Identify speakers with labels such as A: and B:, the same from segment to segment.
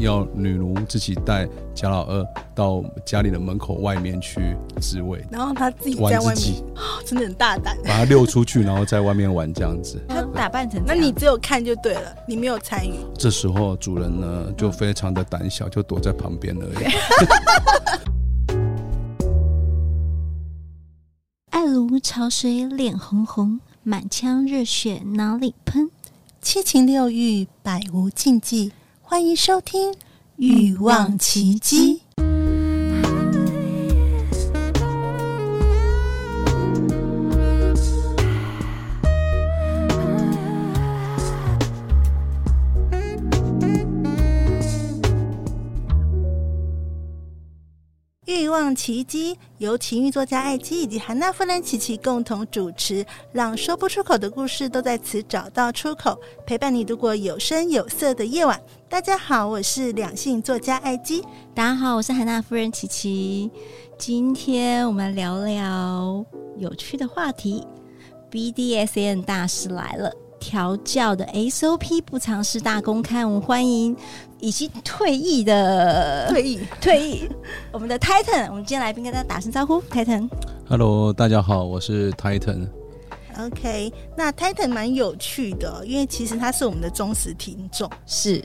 A: 要女奴自己带贾老二到家里的门口外面去自慰，
B: 然后他自己在
A: 玩
B: 外
A: 自
B: 面
A: 己，，
B: 哦真的很大 胆。
A: 把他溜出去，然后在外面玩这样子。
C: 他打扮成
B: 那
C: 这样
B: 你只有看就对了，你没有参与。
A: 这时候主人呢就非常的胆小，就躲在旁边而已。
D: 爱如潮水，脸红红，满腔热血哪里喷？
B: 七情六欲，百无禁忌。欢迎收听《
D: 欲望
B: 奇迹》。欲望奇迹由情欲作家艾姬以及韩娜夫人琪琪共同主持，让说不出口的故事都在此找到出口，陪伴你度过有声有色的夜晚。大家好，我是两性作家艾姬。
D: 大家好，我是海娜夫人琪琪。今天我们聊聊有趣的话题，BDSN 大师来了。调教的 SOP 不尝试大公开，我们欢迎已经退役的
B: 退役，
D: 退役我们的 Titan。我们今天来宾跟大家打声招呼，Titan。
A: Hello，大家好，我是 Titan。
B: OK，那 Titan 蛮有趣的哦，因为其实他是我们的忠实听众，
D: 是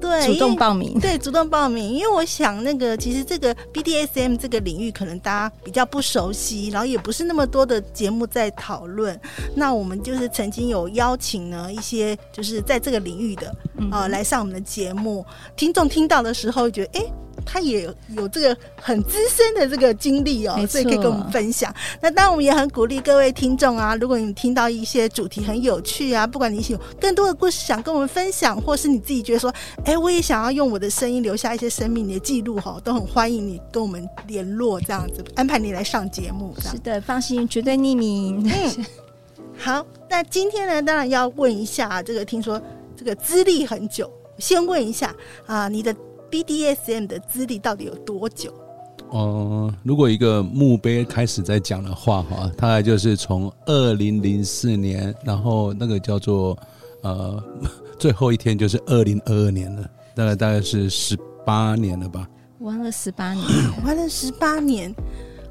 B: 对，
D: 主
B: 因
D: 动
B: 为
D: 报名，
B: 对，主动报名，因为我想那个其实这个 BDSM 这个领域可能大家比较不熟悉，然后也不是那么多的节目在讨论。那我们就是曾经有邀请呢一些就是在这个领域的
D: 嗯
B: 呃来上我们的节目，听众听到的时候觉得哎。诶他也有有这个很资深的这个经历哦
D: 没，
B: 所以可以
D: 错
B: 跟我们分享。那当然，我们也很鼓励各位听众啊，如果你听到一些主题很有趣啊，不管你有更多的故事想跟我们分享，或是你自己觉得说哎，我也想要用我的声音留下一些生命你的记录哈，都很欢迎你跟我们联络，这样子安排你来上节目这样
D: 是。的，放心，绝对匿名。
B: 嗯，好，那今天呢，当然要问一下这个，听说这个资历很久，先问一下啊、你的 BDSM 的资历到底有多久？
A: 呃，如果一个墓碑开始在讲的话，哈，大概就是从二零零四年，然后那个叫做呃， 最后一天就是二零二二年了，大概大概是十八年了吧。
D: 玩了十八年，
B: 玩了十八年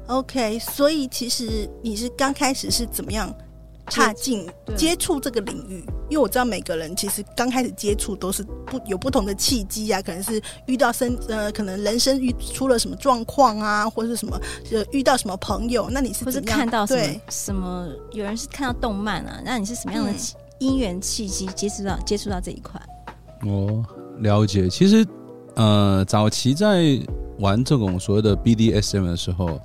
B: ，OK，所以其实你是刚开始是怎么样踏进
D: 对
B: 接触这个领域？因为我知道每个人其实刚开始接触都是不有不同的契机啊，可能是遇到生呃，可能人生遇出了什么状况啊，或是什么呃遇到什么朋友，那你是
D: 或是
B: 怎么样
D: 看到什么
B: 对
D: 什么，有人是看到动漫啊，那你是什么样的
B: 嗯
D: 契因缘契机接触到接触到这一块？
A: 哦，了解。其实，呃，早期在玩这种所谓的 BDSM 的时候，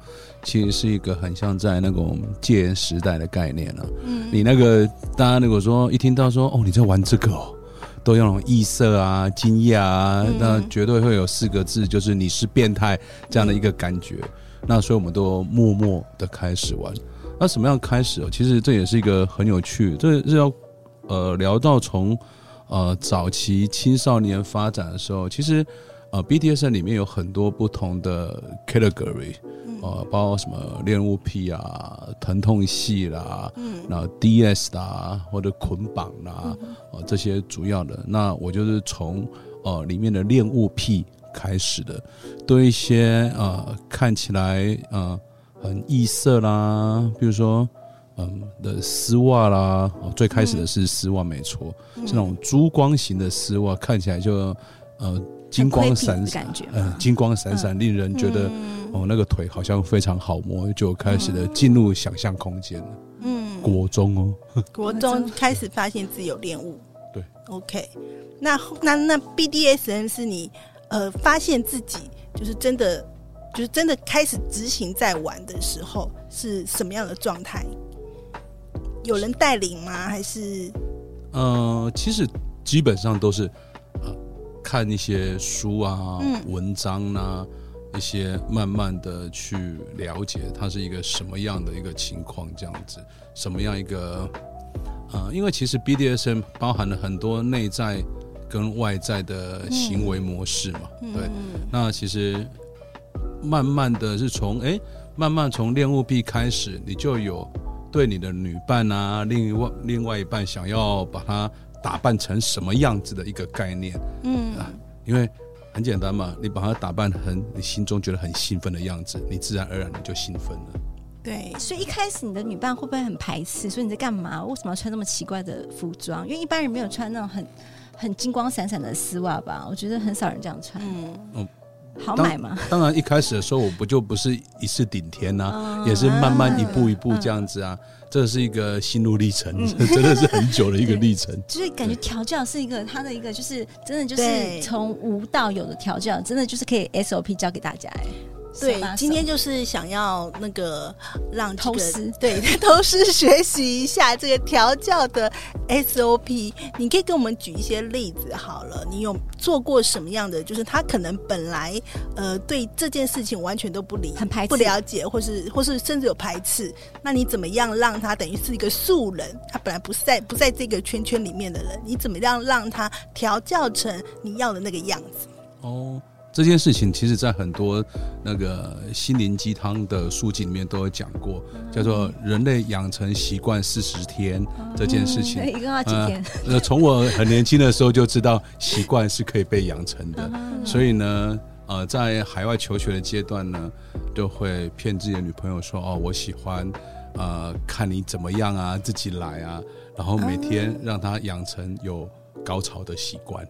A: 其实是一个很像在那种戒严时代的概念啊。
B: 嗯
A: 你那个大家如果说一听到说哦你在玩这个哦，都要那种异色啊、惊讶啊，
B: 嗯
A: 那绝对会有四个字，就是你是变态这样的一个感觉。
B: 嗯
A: 那所以我们都默默的开始玩。那什么样开始哦？其实这也是一个很有趣，这是要呃聊到从呃早期青少年发展的时候，其实呃 BDSM 里面有很多不同的 category，
B: 嗯
A: 呃，包括什么恋物癖啊、疼痛系啦，
B: 嗯
A: 然后 DS 啦啊或者捆绑啦，呃这些主要的。那我就是从呃里面的恋物癖开始的，对一些呃看起来呃很异色啦，比如说嗯的丝袜啦、哦最开
B: 嗯
A: 始的是丝袜没错，是那种珠光型的丝袜，看起来就呃金光闪
D: 的
A: 闪，
D: 感觉
A: 嗯、
D: 嘛，
A: 金光闪闪，令人觉得。
B: 嗯
A: 哦，那个腿好像非常好摸，就开始了进入想象空间了。
B: 嗯
A: 国中哦，
B: 国中开始发现自己有恋物。
A: 对
B: ，OK，那后那那 BDSM 是你呃发现自己就是真的就是真的开始执行在玩的时候是什么样的状态？有人带领吗？还是
A: 呃，其实基本上都是呃看一些书啊、
B: 嗯
A: 文章啊，一些慢慢的去了解它是一个什么样的一个情况，这样子，什么样一个呃，因为其实 BDSM 包含了很多内在跟外在的行为模式嘛，对。那其实慢慢的是从哎，慢慢从恋物癖开始，你就有对你的女伴啊，另外另外一半想要把她打扮成什么样子的一个概念，啊
B: 嗯
A: 因为很简单嘛，你把它打扮成你心中觉得很兴奋的样子，你自然而然你就兴奋了。
B: 对，
D: 所以一开始你的女伴会不会很排斥？说你在干嘛？为什么要穿这么奇怪的服装？因为一般人没有穿那种很很金光闪闪的丝袜吧？我觉得很少人这样穿，
B: 嗯，
D: 好买吗？
A: 当然一开始的时候，我不就不是一次顶天呐、
D: 嗯
A: 也是慢慢一步一步这样子啊，这是一个心路历程， 真的是很久的一个历程。
D: 就是感觉调教是一个他的一个，就是真的就
B: 对
D: 是从无到有的调教，真的就是可以 SOP 教给大家、哎，手
B: 对
D: 把，手
B: 今天就是想要那个让这
D: 偷
B: 个
D: 师
B: 对 偷师学习一下这个调教的 SOP。你可以给我们举一些例子好了，你有做过什么样的？就是他可能本来呃对这件事情完全都不理
D: 很排斥
B: 不了解，或是或是甚至有排斥。那你怎么样让他等于是一个素人？他本来不是在不在这个圈圈里面的人，你怎么样让他调教成你要的那个样子？
A: 哦，这件事情其实在很多那个心灵鸡汤的书籍里面都有讲过，
D: 嗯
A: 叫做“人类养成习惯四十天”这件事情。
D: 嗯 一共要几天？
A: 呃，从我很年轻的时候就知道习惯是可以被养成的，
D: 嗯
A: 所以呢，呃，在海外求学的阶段呢，就会骗自己的女朋友说：“哦，我喜欢，呃，看你怎么样啊，自己来啊。”然后每
D: 哦
A: 天让她养成有高潮的习惯，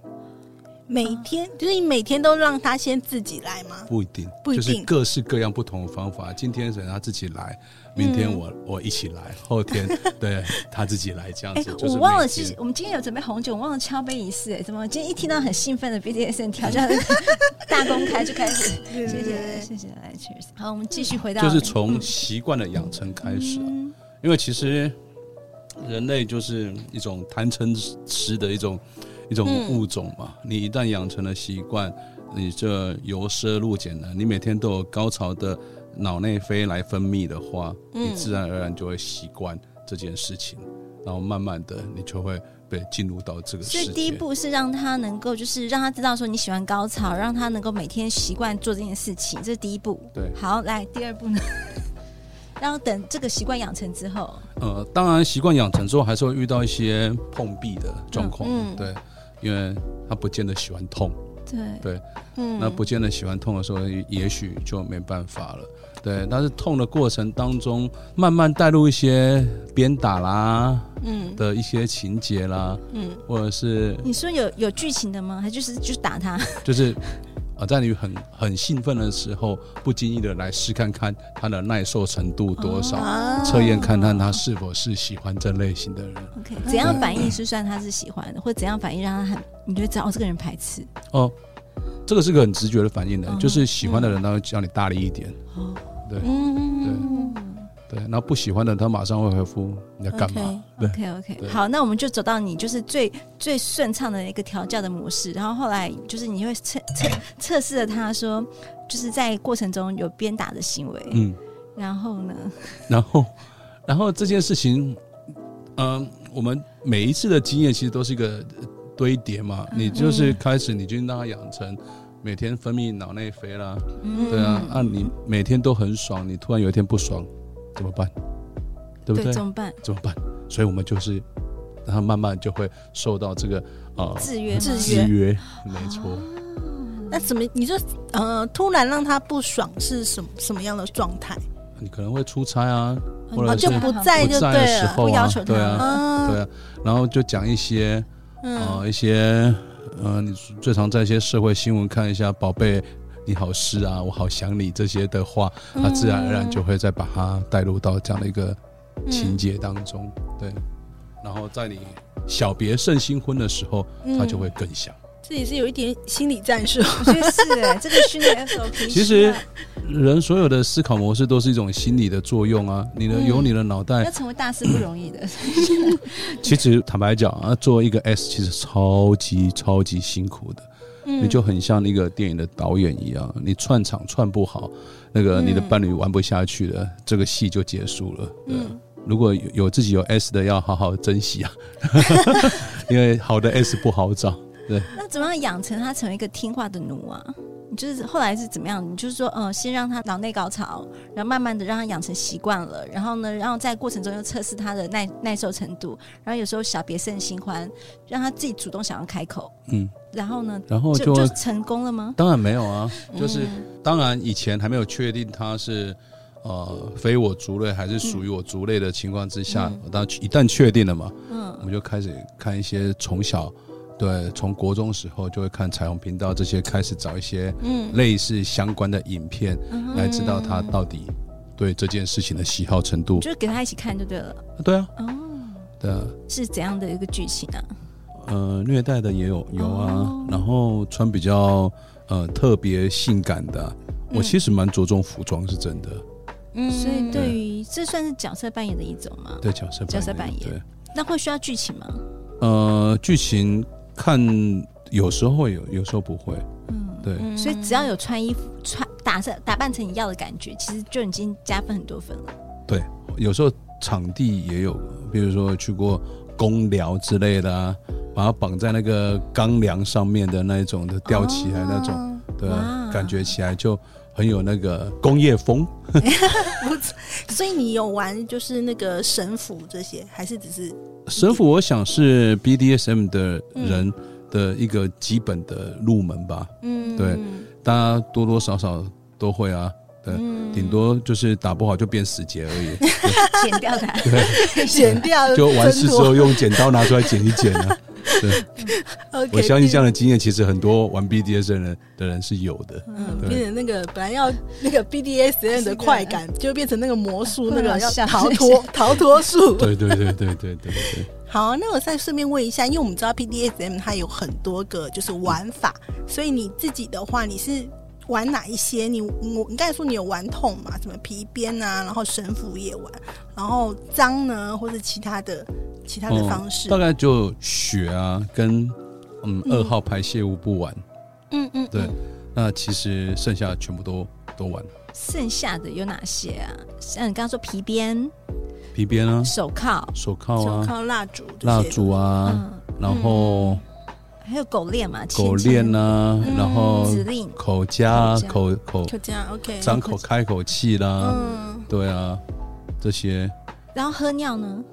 B: 每天就是你每天都让他先自己来吗？
A: 不一定，
B: 不一定
A: 就是各式各样不同的方法。今天是让她自己来，明天我、
D: 嗯
A: 我一起来，后天对她自己来这样
D: 哎、
A: 子。就是
D: 我忘了，
A: 每
D: 其
A: 天
D: 实我们今天有准备红酒，我忘了敲杯仪式、哎，怎么今天一听到很兴奋的 BDSN 调 教大公开就开始？谢
B: 对
D: 谢
B: 对
D: 谢谢，来 Cheers。好，我们继续回到
A: 就是从习惯的养成开始、啊，因为其实人类就是一种贪嗔痴的一种一种物种嘛。你一旦养成了习惯，你这由奢入俭呢，你每天都有高潮的脑内啡来分泌的话，
D: 嗯
A: 你自然而然就会习惯这件事情，然后慢慢的你就会被进入到这个
D: 所
A: 世
D: 以
A: 界。
D: 第一步是让他能够，就是让他知道说你喜欢高潮，让他能够每天习惯做这件事情，这是第一步。
A: 对
D: 好，来第二步呢？ 然后等这个习惯养成之后，
A: 呃，当然习惯养成之后，还是会遇到一些碰壁的状况，
D: 嗯嗯
A: 对，因为他不见得喜欢痛。
D: 对，
A: 对，
B: 嗯
A: 那不见得喜欢痛的时候，也许就没办法了。对，但是痛的过程当中，慢慢带入一些鞭打啦
B: 嗯
A: 的一些情节啦，
B: 嗯，
A: 或者是
D: 你说有有剧情的吗？还就是就是打他？
A: 就是 啊，在你很很兴奋的时候，不经意的来试看看他的耐受程度多少，
B: 哦
A: 测验看看他是否是喜欢这类型的人。
D: OK，怎样反应是算他是喜欢的，或怎样反应让他很，你就知道哦，这个人排斥。
A: 哦，这个是个很直觉的反应的，
D: 嗯
A: 就是喜欢的人他会叫你大力一点，
D: 哦，
A: 嗯对，然后不喜欢的他马上会回复你在干嘛，对。
D: OK OK，
A: 对
D: 好，那我们就走到你就是最最顺畅的一个调教的模式，然后后来就是你会测测测试了他说，就是在过程中有鞭打的行为，
A: 嗯，
D: 然后呢，
A: 然后，然后这件事情，嗯、我们每一次的经验其实都是一个呃堆叠嘛。
D: 嗯
A: 你就是开始，你就让它养成每天分泌脑内啡啦，
D: 嗯
A: 对啊，啊，你每天都很爽，你突然有一天不爽，怎么办？对不对？
D: 怎么办？
A: 怎么办？所以我们就是，然后慢慢就会受到这个啊、呃
D: 制约吗
B: 制
A: 制约，没错。
B: 那怎么你就呃突然让他不爽是什么什么样的状态？
A: 你可能会出差啊，或
B: 哦，
A: 者
B: 就是不在
A: 不
B: 就
A: 在的
B: 对
A: 时
B: 了。
A: 候
D: 不要
A: 啊
D: 求，他
A: 对啊，
B: 嗯
A: 对啊，然后就讲一些
B: 嗯，
A: 呃一些呃，你最常在一些社会新闻看一下，宝贝。你好湿啊，我好想你这些的话，
B: 嗯
A: 他自然而然就会再把它带入到这样的一个情节当中，
B: 嗯
A: 对。然后在你小别胜新婚的时候，
B: 嗯
A: 他就会更想。
B: 这也是有一点心理战 术。
D: 我觉得是哎，这个训练 SOP
A: 其实人所有的思考模式都是一种心理的作用啊，你
B: 嗯
A: 的有你的脑袋
D: 要，成为大师不容易的，
A: 其实坦白讲啊，做一个 S 其实超级超级辛苦的。嗯
B: 嗯
D: 嗯
A: 你就很像那个电影的导演一样，你串场串不好，那个
D: 嗯
A: 你的伴侣玩不下去了，这个戏就结束了。对，
D: 嗯
A: 如果有有自己有 S 的，要好好珍惜啊， 因为好的 S 不好找。
D: 那怎么样养成他成为一个听话的奴啊？你就是后来是怎么样？你就是说，呃，先让他脑内高潮，然后慢慢的让他养成习惯了，然后呢，然后在过程中又测试他的耐耐受程度，然后有时候小别胜新欢，让他自己主动想要开口，
A: 嗯，
D: 然后呢，
A: 然后
D: 就就成功了吗？
A: 当然没有啊，就是、
D: 嗯
A: 当然以前还没有确定他是呃非我族类还是属于我族类的情况之下
D: 嗯，
A: 当、一旦确定了嘛，我
D: 嗯
A: 们就开始看一些从小对从国中时候就会看彩虹频道这些，开始找一些
D: 嗯
A: 类似相关的影片、
D: 嗯
A: 来知道他到底对这件事情的喜好程度。
D: 就是给他一起看就对了。
A: 啊对啊，
D: 哦，
A: 对啊。
D: 是怎样的一个剧情啊？
A: 呃，虐待的也有有啊，
D: 哦
A: 然后穿比较呃特别性感的啊、
D: 嗯
A: 我其实蛮着重服装，是真的。
B: 嗯
D: 所以对于这算是角色扮演的一种吗？
A: 对角色扮演
D: 角色扮演
A: 对，
D: 那会需要剧情吗？
A: 呃，剧情看有时候会有，有时候不会。
D: 嗯，
A: 对
D: 所以只要有穿衣服、穿打扮打扮成你要的感觉，其实就已经加分很多分了。
A: 对，有时候场地也有，比如说去过公寮之类的啊，把它绑在那个钢梁上面的那一种的吊起来那种，
D: 哦
A: 对啊，
D: 哇
A: 感觉起来就很有那个工业风。
B: 所以你有玩就是那个神符这些，还是只是
A: 神父，我想是 BDSM 的
B: 嗯
A: 人的一个基本的入门吧，
D: 嗯
A: 对大家多多少少都会啊，对，
B: 嗯
A: 顶多就是打不好就变死结而 已。
D: 剪掉它。
B: 剪掉
A: 就完事之
B: 挣脱
A: 后用剪刀拿出来剪一剪 啊。
B: OK，
A: 我相信这样的经验，其实很多玩 BDSM 的的人是有的。
B: 嗯，
A: 对
B: 变成那个本来要那个 BDSN 的快感，就变成那个魔 术，那个要逃脱逃脱术。
A: 对对对对对对对。
B: 好，那我再顺便问一下，因为我们知道 BDSM 它有很多个就是玩法，所以你自己的话，你是玩哪一些？你我你刚才说你有玩筒嘛，什么皮鞭啊，然后神符也玩，然后章呢，或者其他的其他的方式。
A: 哦大概就血啊，跟嗯
B: 嗯
A: 二号牌谢无不玩。
B: 嗯嗯，
A: 对，那其实剩下全部都都玩
D: 剩下的有哪些啊？像你刚刚说皮鞭、
A: 皮鞭啊、
D: 手铐，
A: 手铐
B: 手
A: 啊、
B: 铐、蜡烛这些
A: 蜡
B: 的，
A: 烛啊，
D: 嗯，
A: 然后
D: 还有狗链嘛，
A: 狗链
D: 呢，
A: 啊，
B: 嗯
A: 然后
D: 指令。
A: 口夹啊、
D: 口
A: 口口
B: 就这样 OK。
A: 张口开口气啦，
B: 嗯，
A: 对啊，这些。
D: 然后喝尿呢？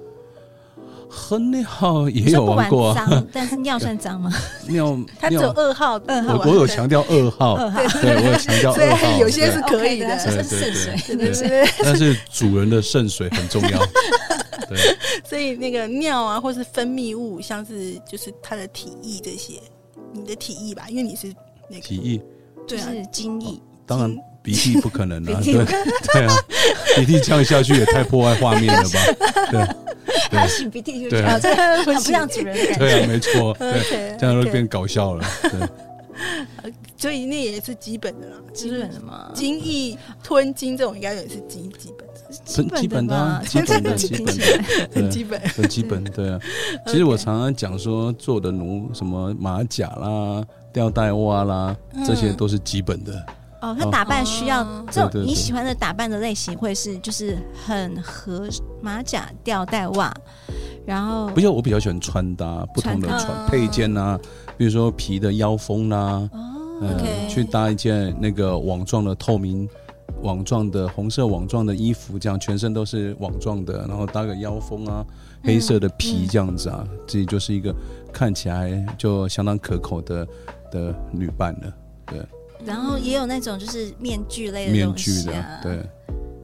A: 喝尿
D: 你
A: 也
D: 说
A: 有
D: 不
A: 玩
D: 玩
A: 过啊，
D: 脏，但是尿算脏吗？
A: 尿
B: 它只有
A: 尿，
B: 二号，二号
A: 我
B: 玩
A: 我有
B: 对
A: 强调二号，
D: 二号
A: 对我有强调
B: 所以
A: 二号，
B: 有些是
A: 对
B: 可以的
D: OK
A: 对
D: 是
A: 对
D: 圣水。
B: 对
A: 对
B: 对
A: 对
B: 对
A: 对，
D: 啊
B: 对，
A: 但是主人的肾水很重要，对，
B: 所以那个尿啊，或是分泌物，像是就是他的体液这些，你的体液吧，因为你是那个
A: 体液
D: 就
B: 对啊，
D: 是精液。
A: 当然鼻涕不可能啊，
D: 鼻涕
A: 对对啊，鼻涕这样下去也太破坏画面了吧，对
D: 他擤鼻涕就
A: 对
D: 这
A: 啊
D: 样，这样
B: 不
D: 很
B: 行
D: 不像主人的感觉。啊
A: 对啊，没错，对，
B: OK，
A: 这样就
B: OK
A: 变搞笑了，对，
B: 所以那也是基本的啦，
D: 基本的嘛，
B: 精液吞金这种应该也是基基本的，
A: 基本的啊
D: 嘛
A: 基本的
D: 基
A: 基
D: 本
A: 本的
D: 的
A: 对
B: 很 基本。
A: 很基本，对啊。其实我常常讲说，做的奴什么马甲啦、吊带袜啦，这些都是基本的。
D: 哦，他打扮需要
B: 哦
D: 这
A: 对
D: 种
A: 对
D: 你
A: 对
D: 喜欢的打扮的类型，会是就是很合马甲、吊带袜，然后
A: 不像我比较喜欢穿搭，不同的
D: 穿
B: 搭
A: 穿配件啊，比如说皮的腰封啦，
D: 哦，
A: 嗯，
B: OK
A: 去搭一件那个网状的透明。网状的红色网状的衣服，这样全身都是网状的，然后搭个腰封啊，黑色的
D: 嗯
A: 皮这样子啊，这就是一个看起来就相当可口的的女伴了，
D: 然后也有那种就是面具类的
A: 面
D: 东
A: 具
D: 西
A: 的
D: 啊，，
A: 对。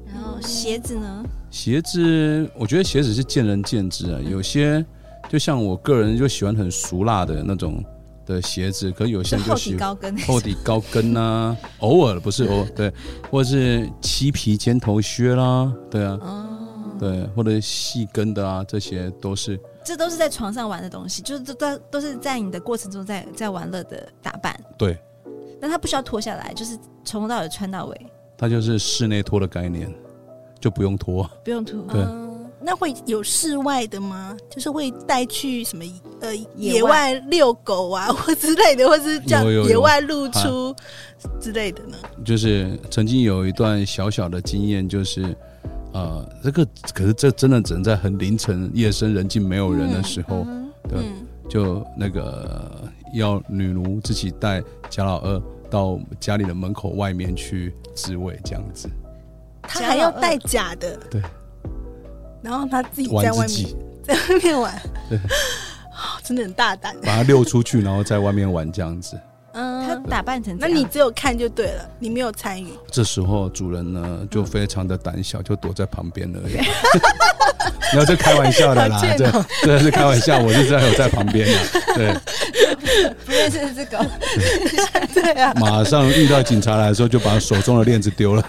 D: 然后鞋子呢，
A: 鞋子，我觉得鞋子是见仁见智啊。有些就像我个人就喜欢很俗辣的那种的鞋子，可有些
D: 就
A: 人
D: 厚
A: 就哦
D: 底
A: 喜
D: 高跟那种，
A: 厚底高跟啊，偶尔不是偶尔对，或是漆皮尖头靴啦，对啊，
D: 哦，
A: 对，或者细跟的啊，这些都是
D: 这都是在床上玩的东西，就是都都都是在你的过程中在在玩乐的打扮，
A: 对，
D: 但他不需要脱下来，就是从头到尾穿到尾，
A: 它就是室内拖的概念，就不用拖。
D: 不用脱。
A: 对
B: 嗯，那会有室外的吗？就是会带去什么呃
D: 野
B: 野外遛狗啊， 或之类的，或是叫
A: 有有有
B: 野外露出之类的呢？
A: 就是曾经有一段小小的经验，就是，呃，这个可是这真的只能在很凌晨、夜深人静、没有人的时候，
D: 嗯
A: 对
B: 嗯，
A: 就那个要女奴自己带假老二到家里的门口外面去自慰这样子，
B: 他还要带假的，
A: 对，
B: 然后他自己在
A: 玩
B: 外
A: 自
B: 面
A: 己，
B: 在外面玩
A: 对，
B: 真的很大胆。
A: 把它溜出去，然后在外面玩这样子。
D: 他
B: 嗯，
D: 打扮成
B: 那
D: 这样
B: 你只有看就对了，你没有参与。
A: 这时候主人呢就非常的胆小，就躲在旁边而已。 然后这开玩笑的啦
B: 嗯好，贱
A: 这
B: 哦
A: 这是开玩笑，我是真的有在旁边的。对，
D: 不认识这个，
B: 对啊，
A: 马上遇到警察来的时候，就把手中的链子丢了。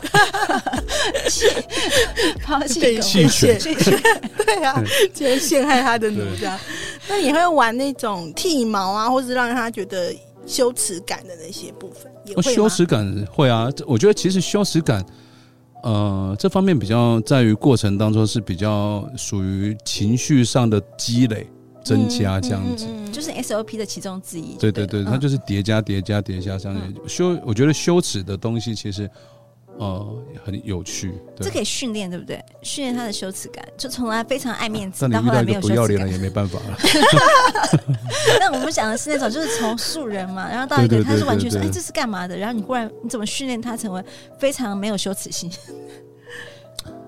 D: 抛弃
B: 对
D: 狗
A: 弃 权
B: 弃权对啊，就会陷害他的奴这样。那你会玩那种剃毛啊，或是让他觉得羞耻感的那些部分，也
A: 哦
B: 会吗
A: 羞耻感会啊，这我觉得其实羞耻感，呃，这方面比较在于过程当中是比较属于情绪上的积累增加这样子。
B: 嗯嗯嗯嗯
D: 就是 SOP 的其中之一。嗯
A: 对对对，
D: 了
A: 它就是叠加叠加叠加上
D: 嗯
A: 去。羞，我觉得羞耻的东西其实呃很有趣。对
D: 这可以训练，对不对？训练他的羞耻感，就从来非常爱面子，
A: 但你遇
D: 到后
A: 到
D: 来
A: 一
D: 没
A: 个
D: 有
A: 不
D: 羞
A: 要
D: 耻
A: 脸的
D: 感。
A: 也没办法 了。
D: 但我们讲的是那种，就是从素人嘛，然后到一
A: 对
D: 个
A: 对对
D: 他是完全说，
A: 对对
D: 哎，这是干嘛的？然后你忽然你怎么训练他成为非常没有羞耻心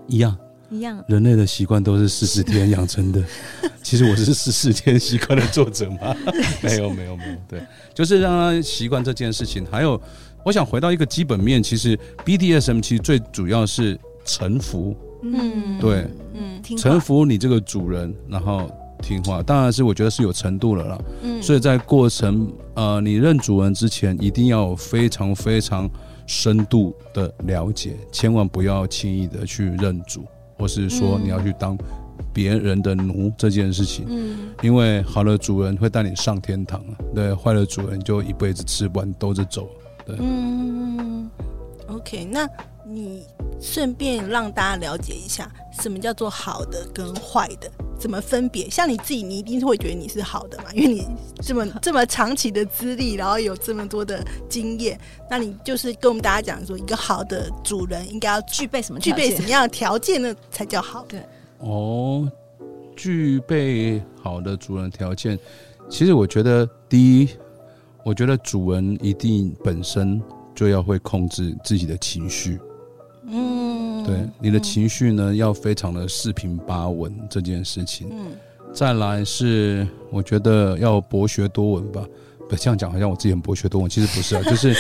A: 一样，
D: 一样？
A: 人类的习惯都是四十天养成 的。其实我是四十天习惯的作者嘛，没有没有没有，对，就是让他习惯这件事情。还有，我想回到一个基本面，其实 BDSM 其实最主要是臣服，
B: 嗯
A: 对，
B: 嗯
D: 听话
A: 臣服你这个主人，然后听话。当然是我觉得是有程度了啦。
B: 嗯
A: 所以在过程呃，你认主人之前，一定要有非常非常深度的了解，千万不要轻易的去认主，或是说
B: 嗯
A: 你要去当别人的奴这件事情，
B: 嗯
A: 因为好的主人会带你上天堂啊，对，坏的主人就一辈子吃完兜着走。
B: 嗯，OK，那你顺便让大家了解一下，什么叫做好的跟坏的，怎么分别？像你自己，你一定会觉得你是好的嘛，因为你这么这么长期的资历，然后有这么多的经验，那你就是跟我们大家讲说，一个好的主人应该要具
D: 具备什么
B: 具
D: 条件？
B: 备什么样的条件呢，才叫好？
A: 哦，具备好的主人条件，其实我觉得第一，我觉得主人一定本身就要会控制自己的情绪。
B: 嗯，
A: 对你的情绪呢，要非常的四平八稳这件事情。
B: 嗯，
A: 再来是，我觉得要博学多闻吧。不这样讲，好像我自己很博学多闻，其实不是 啊，就是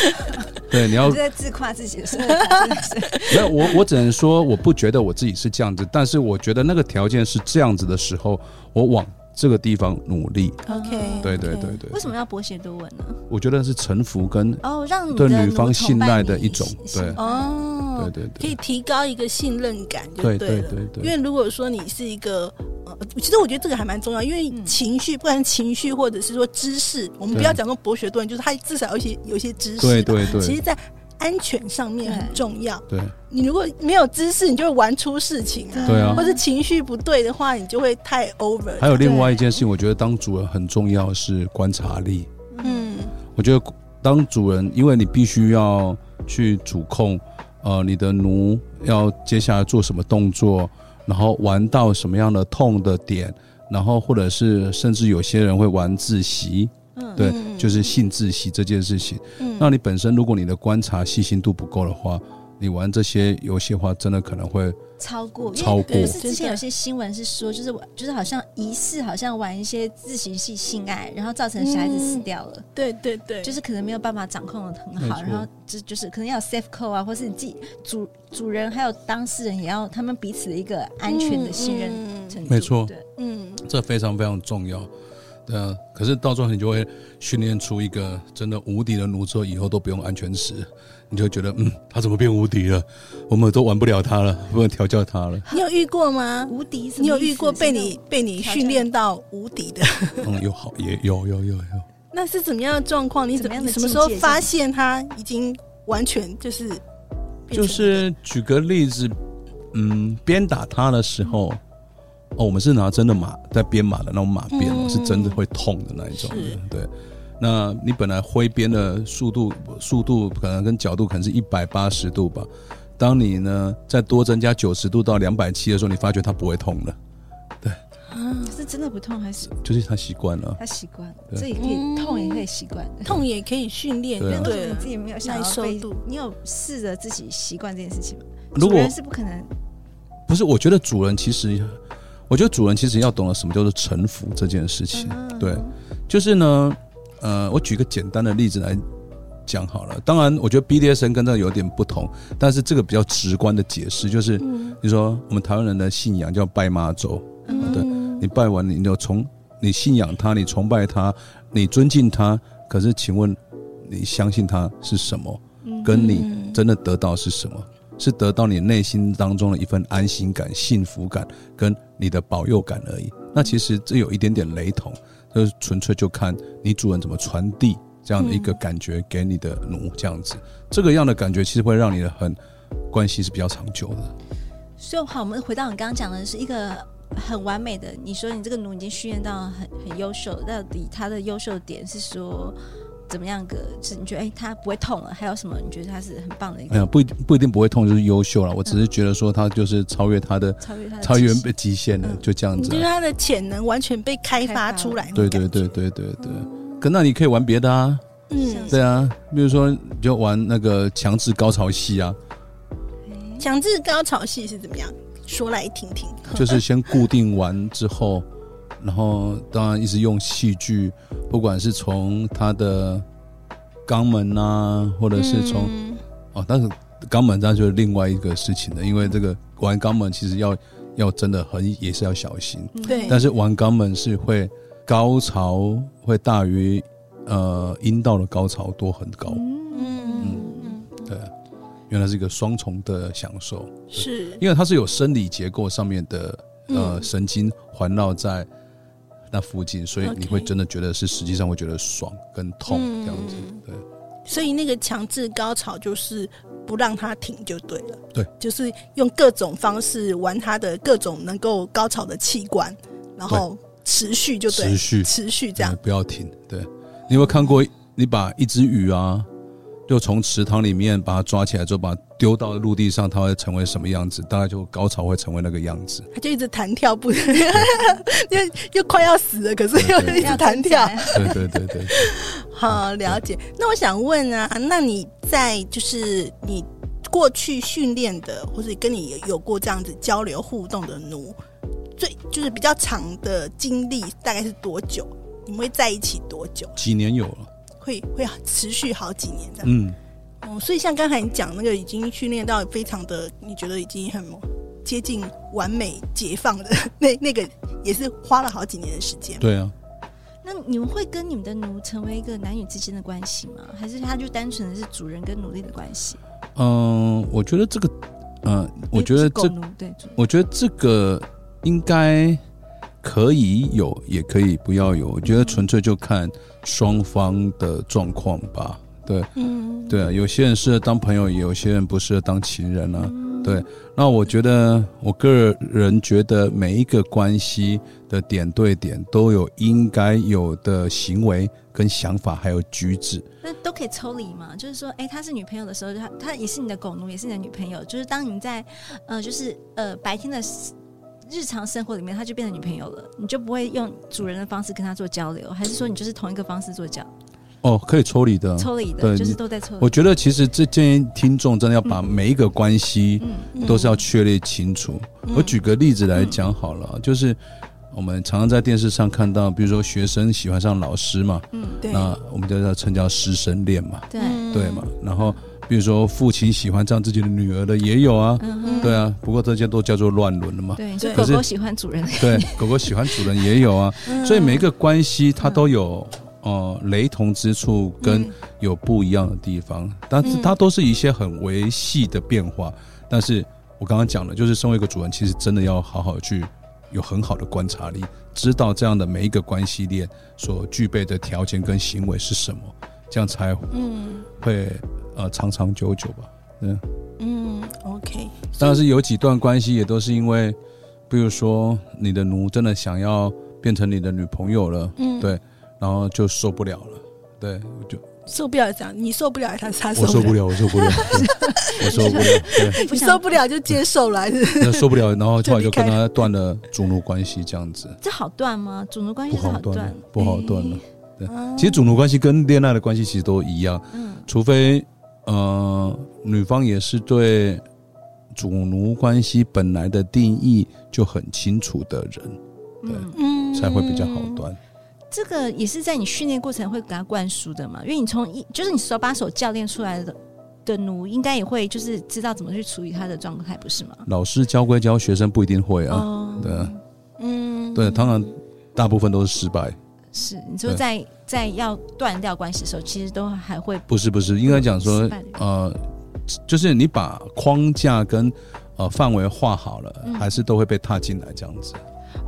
A: 对你要
D: 你就在自夸自己的生 活真的是
A: 没有我，我只能说我不觉得我自己是这样子，但是我觉得那个条件是这样子的时候，我往这个地方努力。
B: OK
A: 对对对对，
D: 为什么要博学多闻呢？
A: 我觉得是臣服跟
D: 哦，让你的
A: 对
D: 奴
A: 女方
D: 崇
A: 信
D: 拜
A: 赖
D: 你
A: 的一种，
D: 是
A: 对
B: 哦，
A: 对对
B: 可
A: 对
B: 以提高一个信任感就
A: 对
B: 了。
A: 对对对，
B: 因为如果说你是一个呃，其实我觉得这个还蛮重要，因为
D: 嗯
B: 情绪，不然情绪或者是说知识，我们不
A: 对
B: 要讲说博学多闻，就是他至少有一些有一些知识吧。
A: 对对对
B: 其实，在安全上面很重要。
A: 对啊
B: 你如果没有知识，你就会玩出事情啊，
A: 对啊
B: 或者情绪不对的话，你就会太 over。
A: 还有另外一件事情，我觉得当主人很重要是观察力。
B: 嗯
A: 我觉得当主人，因为你必须要去主控，呃，你的奴要接下来做什么动作，然后玩到什么样的痛的点，然后或者是甚至有些人会玩自习，
D: 嗯
A: 对，
B: 嗯
A: 就是性自习这件事情。
B: 嗯，
A: 那你本身如果你的观察细心度不够的话，你玩这些游戏的话，真的可能会
D: 超过，
A: 超过
D: 因为不是
B: 真的
D: 之前有些新闻是说，就是我就是好像疑似好像玩一些自行性性爱，然后造成小孩子死掉了，
B: 对对对，
D: 就是可能没有办法掌控的很
A: 没
D: 好，
A: 错
D: 然后就就是可能要有 safe code 啊，或是你自己主主人还有当事人也要他们彼此的一个安全的信任
B: 嗯
D: 程度，
A: 没错
D: 对，
B: 嗯，
A: 这非常非常重要。对啊，可是到最后你就会训练出一个真的无敌的奴之后，以后都不用安全池，你就会觉得嗯，他怎么变无敌了？我们都玩不了他了，不能调教他了。
B: 你有遇过吗？
D: 无敌什么意思。
B: 你有遇过被
D: 是那
B: 你
D: 种
B: 被你
D: 挑
B: 训
D: 战
B: 练到无敌的？
A: 嗯，有好也有有有有，
B: 那是怎么样的状况？你怎
D: 怎么样的
B: 你什么时候
D: 境界
B: 发现他已经完全就是变成
A: 就是举个例子，嗯，鞭打他的时候，哦，我们是拿真的马在鞭马的那种马鞭哦，
B: 嗯
A: 是真的会痛的那一种
B: 是，
A: 对。那你本来挥鞭的速度，速度可能跟角度可能是一百八十度吧。当你呢再多增加九十度到两百七的时候，你发觉它不会痛了。
B: 啊
D: 是
C: 真的不痛还是
A: 就是他习惯了。
C: 他习惯了，
A: 对
C: 这也可以、
B: 嗯
C: 痛，也可以习惯。
B: 痛也可以训练，
A: 对啊
B: 对不
C: 为什
B: 对
C: 么你自己没有想要
B: 耐
C: 被
B: 受度？
C: 你有试着自己习惯这件事情吗？
A: 如
C: 主
A: 果
C: 人是不可能，
A: 不是，我觉得主人其实，我觉得主人其实要懂得什么叫做臣服这件事情。
C: 嗯
A: 对，就是呢，呃，我举个简单的例子来讲好了。当然，我觉得 BDSN 跟这个有点不同，但是这个比较直观的解释就是，
D: 嗯
A: 你说我们台湾人的信仰叫拜妈祖，
C: 嗯
A: 对你拜完你就崇，你信仰他，你崇拜他，你尊敬他，可是请问你相信他是什么？跟你真的得到是什么？是得到你内心当中的一份安心感、幸福感跟你的保佑感而已。那其实这有一点点雷同，就是纯粹就看你主人怎么传递这样的一个感觉给你的奴，这样子，这个样的感觉其实会让你的很关系是比较长久的。
C: 所以好，我们回到你刚刚讲的是一个很完美的。你说你这个奴已经训练到很很优秀，到底他的优秀点是说怎么样个？是你觉得哎、他不会痛了，还有什么？你觉得他是很棒的一
A: 哎
C: 个、
A: 呀，不一定不一定不会痛就是优秀了，我只是觉得说他就是超越他的
C: 超越他的
A: 超越
C: 极限
A: 被极限了，
C: 嗯
A: 就这样
B: 你
A: 子
B: 对
A: 啊。
B: 他的潜能完全被开
C: 开发
B: 发
C: 了
B: 出来那
A: 对
B: 种感
A: 对
B: 觉，
A: 对对对对，可那你可以玩别的啊，
B: 嗯，
A: 对啊，比如说你就玩那个强制高潮戏啊，
C: 哎
B: 强制高潮戏是怎么样？说来听听。
C: 嗯
A: 就是先固定完之后，然后当然一直用器具，不管是从他的肛门啊，或者是从、
B: 嗯
A: 哦，但是肛门那就是另外一个事情了，因为这个玩肛门其实要要真的很也是要小心，
B: 对
A: 但是玩肛门是会高潮会大于呃阴道的高潮多很高，
B: 嗯嗯，
A: 对啊，原来是一个双重的享受。
B: 是
A: 因为它是有生理结构上面的呃、
B: 嗯
A: 神经环绕在那附近，所以
B: OK
A: 你会真的觉得是实际上会觉得爽跟痛这样子。
B: 嗯
A: 对，
B: 所以那个强制高潮就是不让他停就对了，
A: 对，
B: 就是用各种方式玩他的各种能够高潮的器官，然后持续就对了，
A: 持续
B: 持续这样
A: 嗯，不要停。对，你有没有看过你把一只鱼啊，就从池塘里面把它抓起来之后，把它丢到陆地上，它会成为什么样子？大概就高潮会成为那个样 子。
B: 他就一直弹跳不， 又又快要死了，可是又
A: 对对
B: 一直弹跳。
A: 对对对对，
B: 好，了解。那我想问啊，那你在就是你过去训练的，或者跟你有过这样子交流互动的奴，最就是比较长的经历，大概是多久？你们会在一起多久？
A: 几年有了，
B: 会会持续好几年这样？
A: 嗯，
B: 哦、所以像刚才你讲那个，已经训练到非常的，你觉得已经很接近完美解放的那那个，也是花了好几年的时间。
A: 对啊，
C: 那你们会跟你们的奴成为一个男女之间的关系吗？还是他就单纯的是主人跟奴隶的关系？
A: 嗯、我觉得这个，嗯、我觉
C: 不
A: 得这
C: 是狗奴对主人
A: 我觉得这个应该可以有，也可以不要有。我觉得纯粹就看双方的状况吧。对
B: 嗯，
A: 对啊，有些人适合当朋友，有些人不适合当情人啊。
C: 嗯
A: 对，那我觉得我个人觉得每一个关系的点对点都有应该有的行为跟想法，还有举止。
C: 那都可以抽离嘛，就是说，哎、她是女朋友的时候，她她也是你的狗奴，也是你的女朋友。就是当你在，呃，就是呃白天的日常生活里面，她就变成女朋友了，你就不会用主人的方式跟她做交流，还是说你就是同一个方式做交
A: 哦，可以抽离的。
C: 抽离的，
A: 对
C: 就是
A: 你
C: 都在抽
A: 我
C: 离。
A: 觉得其实这建议听众真的要把每一个关系
C: 嗯，
A: 都是要确立清楚。
B: 嗯
A: 我举个例子来讲好了啊，就是我们常常在电视上看到，比如说学生喜欢上老师嘛，
B: 对嗯
A: 那我们就叫称叫师生恋嘛，
C: 对，
A: 对嘛？然后比如说父亲喜欢上自己的女儿的也有啊，
C: 嗯
B: 嗯
C: 哼，
A: 对啊。不过这些都叫做乱伦了嘛，
C: 对，你说
B: 对
C: 狗
A: 可是
C: 狗喜欢主人，
A: 对，狗狗喜欢主人也有啊，所以每一个关系它都有。呃，雷同之处
B: 嗯
A: 跟有不一样的地方，但是它都是一些很维系的变化。但是我刚刚讲的，就是身为一个主人，其实真的要好好去有很好的观察力，知道这样的每一个关系链所具备的条件跟行为是什么，这样才
B: 嗯
A: 会呃长长久久吧。嗯，
B: 嗯，OK，
A: 当然是有几段关系也都是因为，比如说你的奴真的想要变成你的女朋友了，
B: 嗯
A: 对，然后就受不了了，对，就
B: 受不了这样，你受不了，他他
A: 我受
B: 不
A: 不，了，我受不 了，对我受不了，对，
B: 你受不了就接受了，还是
A: 那受不了，然后后来
B: 就
A: 就
B: 离开
A: 跟他断了主奴关系，这样子
D: 这好断吗？种族关系
A: 不
D: 是
A: 好断
D: 断
A: 了，，不好断了。对
B: 哦
A: 其实主奴关系跟恋爱的关系其实都一样，
D: 嗯
A: 除非呃女方也是对主奴关系本来的定义就很清楚的人，
D: 嗯，
B: 嗯
A: 才会比较好。断。
D: 这个也是在你训练过程会给他灌输的嘛，因为你从一就是你手把手教练出来的的奴，应该也会就是知道怎么去处理他的状态，不是吗？
A: 老师教归教，学生不一定会啊。
D: 哦
A: 对啊
B: 嗯，
A: 对，当然大部分都是失败。
D: 是你说
A: 对
D: 在在要断掉关系的时候，其实都还会
A: 不是不是，应该讲说
D: 失败的原因
A: 呃，就是你把框架跟呃范围画好了，
D: 嗯
A: 还是都会被踏进来这样 子。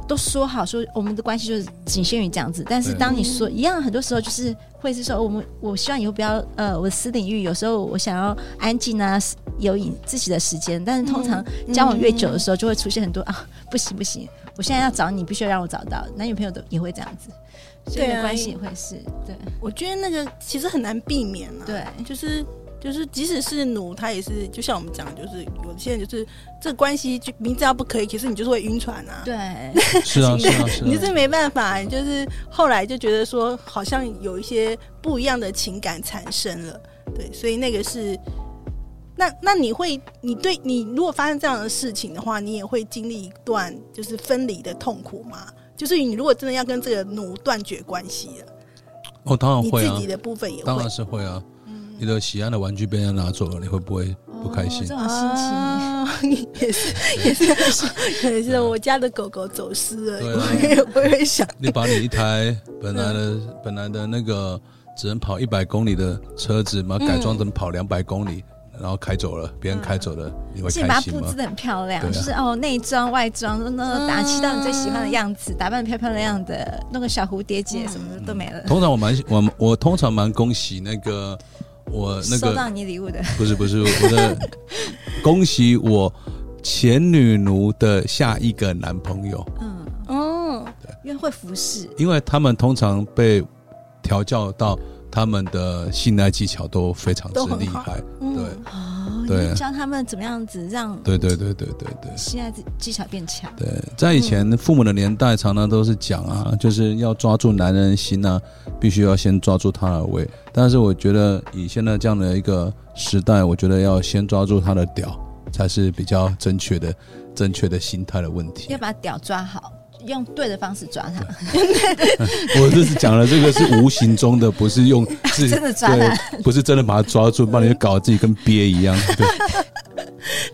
D: 都说好说我们的关系就是仅限于这样子，但是
A: 对
D: 当你说一样，很多时候就是会是说，我们我希望以后不要呃，我的私领域有时候我想要安静啊，有你自己的时间，但是通常
A: 嗯
D: 交往越久的时候，就会出现很多啊，不行不行，我现在要找你，必须要让我找到男女朋友都也会这样子，所
B: 对
D: 以
B: 啊
D: 你的关系也会是对
B: 我觉得那个其实很难避免啊。
D: 对，
B: 就是就是，即使是奴，他也是就像我们讲的，就是有些人就是这个关系就明知道不可以，可是你就是会晕船啊。
D: 对，
A: 是啊是 啊是
B: 你就
A: 啊，
B: 是没办法，你就是后来就觉得说，好像有一些不一样的情感产生了，对，所以那个是，那那你会，你对你如果发生这样的事情的话，你也会经历一段就是分离的痛苦吗？就是你如果真的要跟这个奴断绝关系了，
A: 哦，当
B: 你
A: 然会
B: 自
A: 啊
B: 己，的部分也
A: 当
B: 会嗯
A: 然是会啊。你的喜爱的玩具被人家拿走了，你会不会不开心
D: 哦这？种心情。
B: 啊 情也是也是也是，我家的狗狗走失了，
A: 对
B: 我
A: 啊
B: 也我也会想，
A: 你把你一 台本来的本来的那个只能跑一百公里的车子，把它改装
B: 嗯
A: 成跑两百公里，然后开走了，别人开走了，你会
D: 而且把
A: 开
D: 它
A: 心
D: 布
A: 吗
D: 置？的很漂亮，
A: 对啊嗯
D: 就是哦内装外装，那打漆到你最喜欢的样子，打扮得漂漂亮亮的，弄个小蝴蝶结什么的都没了。
A: 通常我蛮我我通常蛮恭喜那个我那
D: 收
A: 个
D: 到你礼物的，
A: 不是不是，我 的恭喜我前女奴的下一个男朋友，
D: 嗯，
B: 哦，
D: 因为会服饰，
A: 因为他们通常被调教到他们的性爱技巧都非常之
B: 都很
A: 厉
B: 好
A: 害，
B: 嗯
A: 对
D: 哦，
A: 对
D: 你会教他们怎么样子让
A: 对对对对对对
D: 现在技巧变强。
A: 对，在以前父母的年代，常常都是讲啊，就是要抓住男人心啊，必须要先抓住他的胃。但是我觉得以现在这样的一个时代，我觉得要先抓住他的屌，才是比较正确的、正确的心态的问题
D: 要。把屌抓好，用对的方式抓它。
A: 我这是讲的这个是无形中的，不是用是
D: 真的抓的
A: 对，不是真的把它抓住，不然你就搞得自己跟鳖一样。对，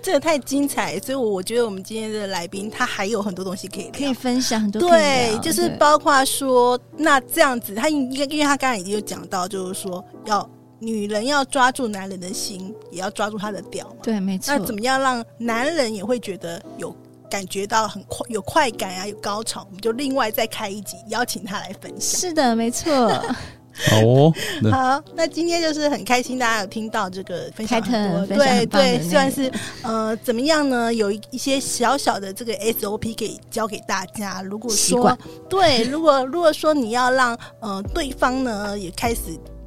B: 这个太精彩，所以我我觉得我们今天的来宾他还有很多东西可以聊
D: 可以分享很多可以聊，
B: 对，就是包括说，那这样子，他应该，因为他刚才已经有讲到，就是说要女人要抓住男人的心，也要抓住他的屌嘛。
D: 对，没错
B: 那。怎么样让男人也会觉得有感觉到很快有快感啊，有高潮？我们就另外再开一集，邀请他来分享。
D: 是的，没错。
A: 好哦，那
B: 好，那今天就是很开心，大家有听到这个分享很多，
D: 开腾分享
B: 对
D: 很棒的
B: 对，
D: 内容
B: 算是呃怎么样呢？有一一些小小的这个 SOP 给教给大家。如果
D: 习
B: 说
D: 惯
B: 对，如果如果说你要让呃对方呢也开始。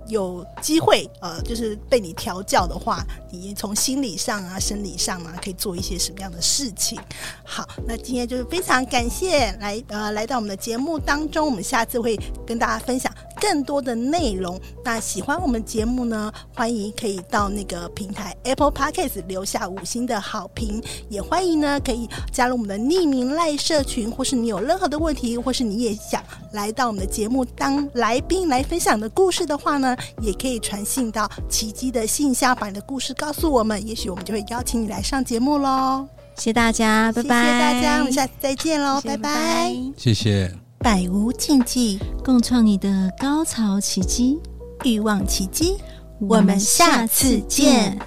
B: 有机会，呃，就是被你调教的话，你从心理上啊、生理上啊，可以做一些什么样的事情？好，那今天就是非常感谢来呃来到我们的节目当中，我们下次会跟大家分享更多的内容。那喜欢我们节目呢，欢迎可以到那个平台 Apple Podcast 留下五星的好评，也欢迎呢可以加入我们的匿名赖社群，或是你有任何的问题，或是你也想来到我们的节目当来宾来分享的故事的话呢，也可以传信到奇迹的信箱，把你的故事告诉我们，也许我们就会邀请你来上节目喽。
D: 谢谢大家，拜
B: 谢
D: 拜。
B: 谢大家，我们下次再见喽，
D: 谢
B: 拜
D: 谢
B: 拜。，
A: 谢谢。
B: 百无禁忌，
E: 共创你的高潮奇迹。
B: 欲望奇迹，
E: 我们下次见。